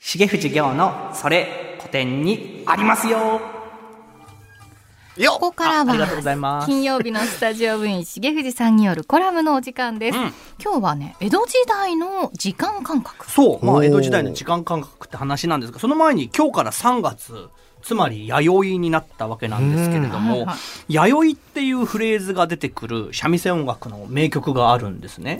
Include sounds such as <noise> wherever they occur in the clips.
重藤行のそれ古典にありますよよここからあありがとうございまはす金曜日のスタジオ部員重藤さんによるコラムのお時間です、うん今日はね江戸時代の時間感覚そう、まおあ、ー江戸時代の時間感覚って話なんですがその前に今日から3月つまり弥生になったわけなんですけれどうもんはいはい弥生っていうフレーズが出てくる三味線音楽の名曲があるんですね。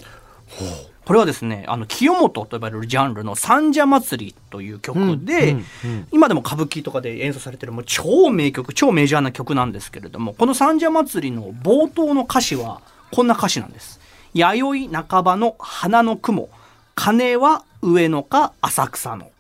これはですねあの清本と呼ばれるジャンルの「三社祭り」という曲で、うんうんうん今でも歌舞伎とかで演奏されてるもう超名曲超メジャーな曲なんですけれどもこの「三社祭り」の冒頭の歌詞はこんな歌詞なんです。弥生半ばの花の雲鐘は上野か浅草の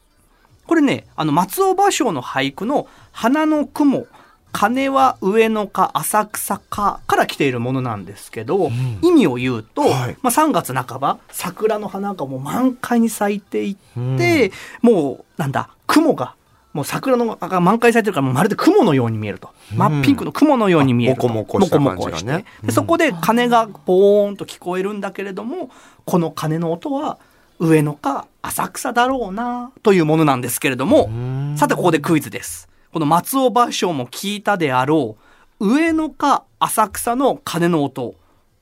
これね、あの、松尾芭蕉の俳句の、花の雲、鐘は上野か浅草かから来ているものなんですけど、意味を言うと、はいまあ、3月半ば、桜の花がもう満開に咲いていって、もう、なんだ、雲が、もう桜のが満開に咲いてるから、もうまるで雲のように見えると。真っピンクの雲のように見えると。あもこもこした感じがねもこもこしてうんでそこで鐘がボーンと聞こえるんだけれどもこの鐘の音は上野か浅草だろうなというものなんですけれどもさてここでクイズですこの松尾芭蕉も聞いたであろう上野か浅草の鐘の音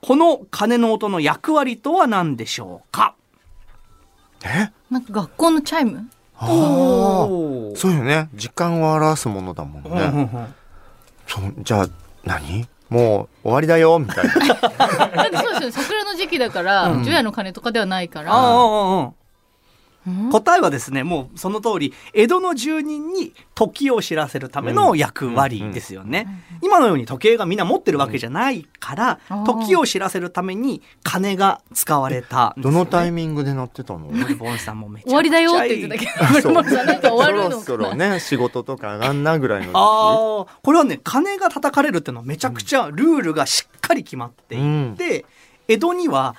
この鐘の音の役割とは何でしょうかえなんか学校のチャイムあーーそうよね時間を表すものだもんね、うんうんうんそうじゃあ何もう終わりだよみたいな <laughs> だって <laughs> そうですよ <laughs> ね桜の時期だから、うん除夜の鐘とかではないから、あーうん答えはですねもうその通り江戸の住人に時を知らせるための役割ですよね、今のように時計がみんな持ってるわけじゃないから、うん時を知らせるために金が使われたどのタイムミングで鳴ってたのボンさんもめちゃくちゃ終わりだよって言ってたけど村本さんなんか終わる <laughs> のそかろそろね仕事とか上がんなぐらいの時ああ、これはね、金が叩かれるっていうのはめちゃくちゃルールがしっかり決まっていて、うん江戸には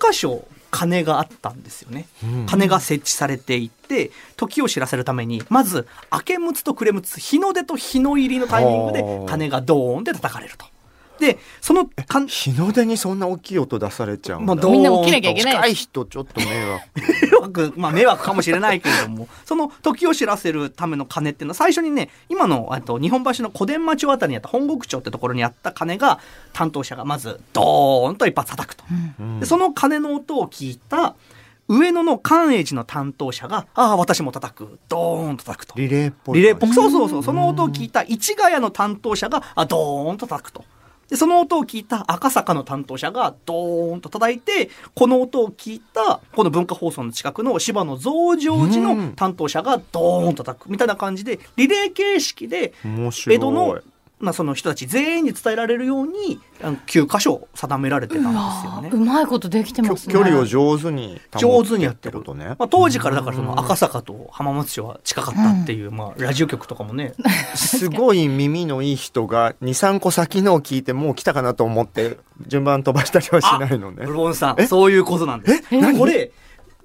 9箇所金があったんですよね。うん金が設置されていて、時を知らせるために、まず、明けむつと暮れむつ、日の出と日の入りのタイミングあでー金がドーンって叩かれると。で、そのかん、日の出にそんな大きい音出されちゃうんまだ、あどうみんな起きなきゃいけない近い人ちょっと迷惑迷惑、まあ迷惑かもしれないけれども、その時を知らせるための鐘っていうのは、最初にね、今の、えっと、日本橋の小伝町あたりにあった本国町ってところにあった鐘が、担当者がまず、ドーンと一発叩くと。 <laughs> でその鐘の音を聞いた、上野の寛永寺の担当者が、ああ、私も叩く、ドーンと叩くと。リレーっぽいリレーっぽ感くじそうそうそうその音を聞いた市ヶ谷の担当者があドーンと叩くとでその音を聞いた赤坂の担当者がドーンと叩いてこの音を聞いたこの文化放送の近くの芝の増上寺の担当者がドーンと叩くみたいな感じでリレー形式で面白い江戸の,、まあその人たち全員に伝えられるようにあの9箇所定められてたんでうすよわねー。うまいことできてきまょすね距離を上手に保上っ手にやっててっるてことねまあ、当時からだからその赤坂と浜松町は近かったっていう、まあ、ラジオ局とかもねすごい耳のいい人が23個先のを聞いてもう来たかなと思って順番飛ばしたりはしないのねブルボンさん、えそういうことなんです。え何これ、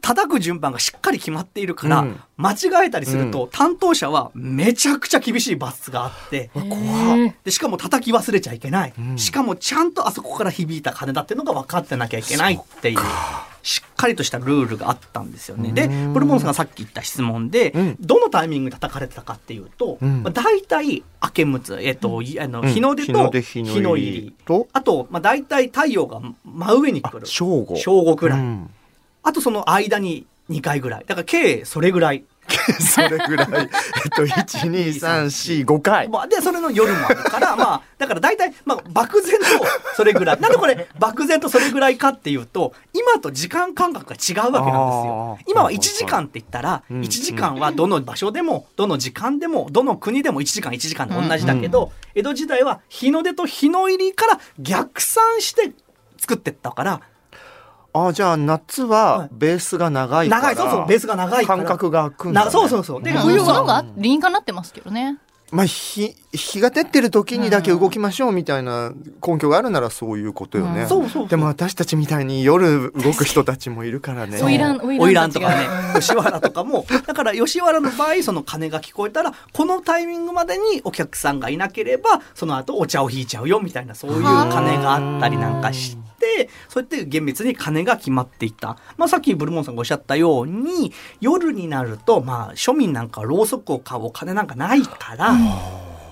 叩く順番がしっかり決まっているから、うん間違えたりすると、担当者はめちゃくちゃ厳しい罰があって、怖っでしかも叩き忘れちゃいけない、うんしかもちゃんとあそこから響いた鐘だっていうのが分かってなきゃいけないっていう。しっかりとしたルールがあったんですよね。で、うんブルボンさんがさっき言った質問で、うんどのタイミングで叩かれてたかっていうと、うんまあ、大体明けむつ、えっ、と、いあのうん日の出日のと出日日のの入入りり。とあと、まあ、大体太陽が真上に来る。正午正午くらい、うん <laughs> あとその間に2回ぐらいだから計それぐらい、それぐらいえっと12345回まあ、でそれの夜もあるから <laughs> まあだから大体、まあ、漠然とそれぐらいなんでこれ漠然とそれぐらいかっていうと今と時間感覚が違うわけなんあですーよ今は1時間って言ったらうん1時間はどの場所でもどの時間でもどの国でも1時間1時間で同じだけど、江戸時代は日の出と日の入りから逆算して作ってったからあじゃあ夏ははいベースが長いから、長いそうそうベースが長いから感覚が空くんだ、ね、なそうそうそうでまあ冬そのは方が理にかなってますけどねまあ、日日が照ってる時にだけ動きましょうみたいな根拠があるならそういうことよね、うんそうそうそうでも私たちみたいに夜動く人たちもいるからねそう花魁花魁花魁とたちかねが <laughs> 吉原とかもだから吉原の場合その鐘が聞こえたらこのタイミングまでにお客さんがいなければその後お茶を引いちゃうよみたいなそういう鐘があったりなんかしてってそうやって厳密に金が決まっていった、まあ、さっきブルボンさんがおっしゃったように夜になると、まあ、庶民なんかろうそくを買うお金なんかないから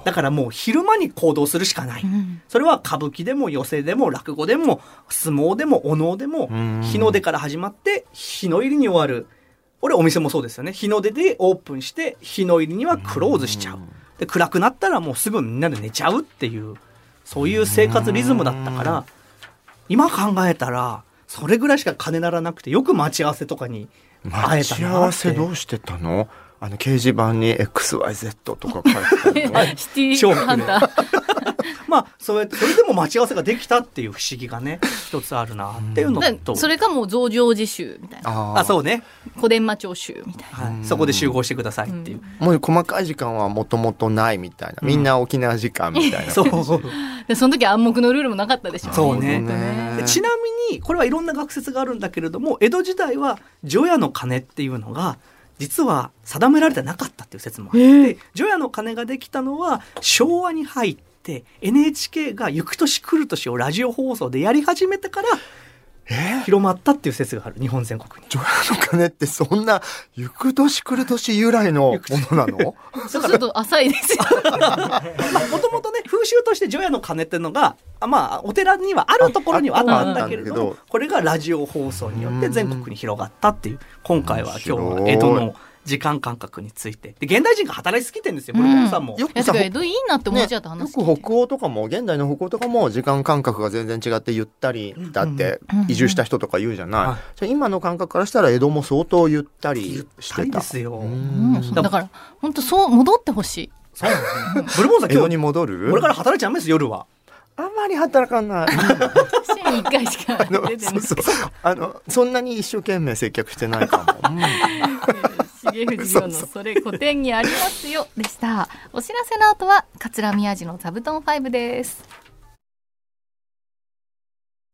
だからもう昼間に行動するしかない。うんそれは歌舞伎でも寄席でも落語でも相撲でもお能でもうん日の出から始まって日の入りに終わる俺お店もそうですよね日の出でオープンして日の入りにはクローズしちゃうで暗くなったらもうすぐみんなで寝ちゃうっていうそういう生活リズムだったから今考えたらそれぐらいしか金ならなくてよく待ち合わせとかに会え待たちな合わせどっうしてたのあの掲示板に XYZ とか書い <laughs> てたのシティハンター。てまあそうやってそれでも待ち合わせができたっていう不思議がね一つあるなっていうの <laughs> となそれかもう増上寺州みたいな。あああそうね小伝馬町州みたいはい、そこで集合してくださいっていう。もう細かい時間はもともとないみたいな、みんな沖縄時間みたい <laughs> なそうな。でその時暗黙のルールもなかったでしょ。そうねねでちなみにこれはいろんな学説があるんだけれども江戸時代は除夜の鐘っていうのが実は定められてなかったっていう説もあって、除夜の鐘ができたのは昭和に入って NHK が「行く年来る年」をラジオ放送でやり始めてからえ広まったっていう説がある日本全国に。除夜の鐘ってそんな行く年来る年由来のものな <laughs> のそうすると浅いですよ。もともとね風習として除夜の鐘っていうのがあまあお寺にはあるところにはあったんだけれどああもったんだけこれがラジオ放送によって全国に広がったっていう今回は今日面は白い江戸の時間感覚についてで現代人が働きすぎてるんですよブルボンさんも。よいやくださから江戸いいなって思っちゃったよ話。く北欧とかも現代の北欧とかも時間感覚が全然違ってゆったりだってうん移住した人とか言うじゃない、はいじゃあ今の感覚からしたら江戸も相当ゆったゆっりしたてりたですよ。うんうんだから本当そう戻ってほしい。そうなんですねブルボンさん江戸今に日戻るこれから働いちゃダメです夜は。あんまり働かない週に一回しかあの出てそなうい。そうあのそんなに一生懸命接客してないかも、うん重藤亮のそれ古典にありますよでしたお知らせの後は桂宮治の座布団5です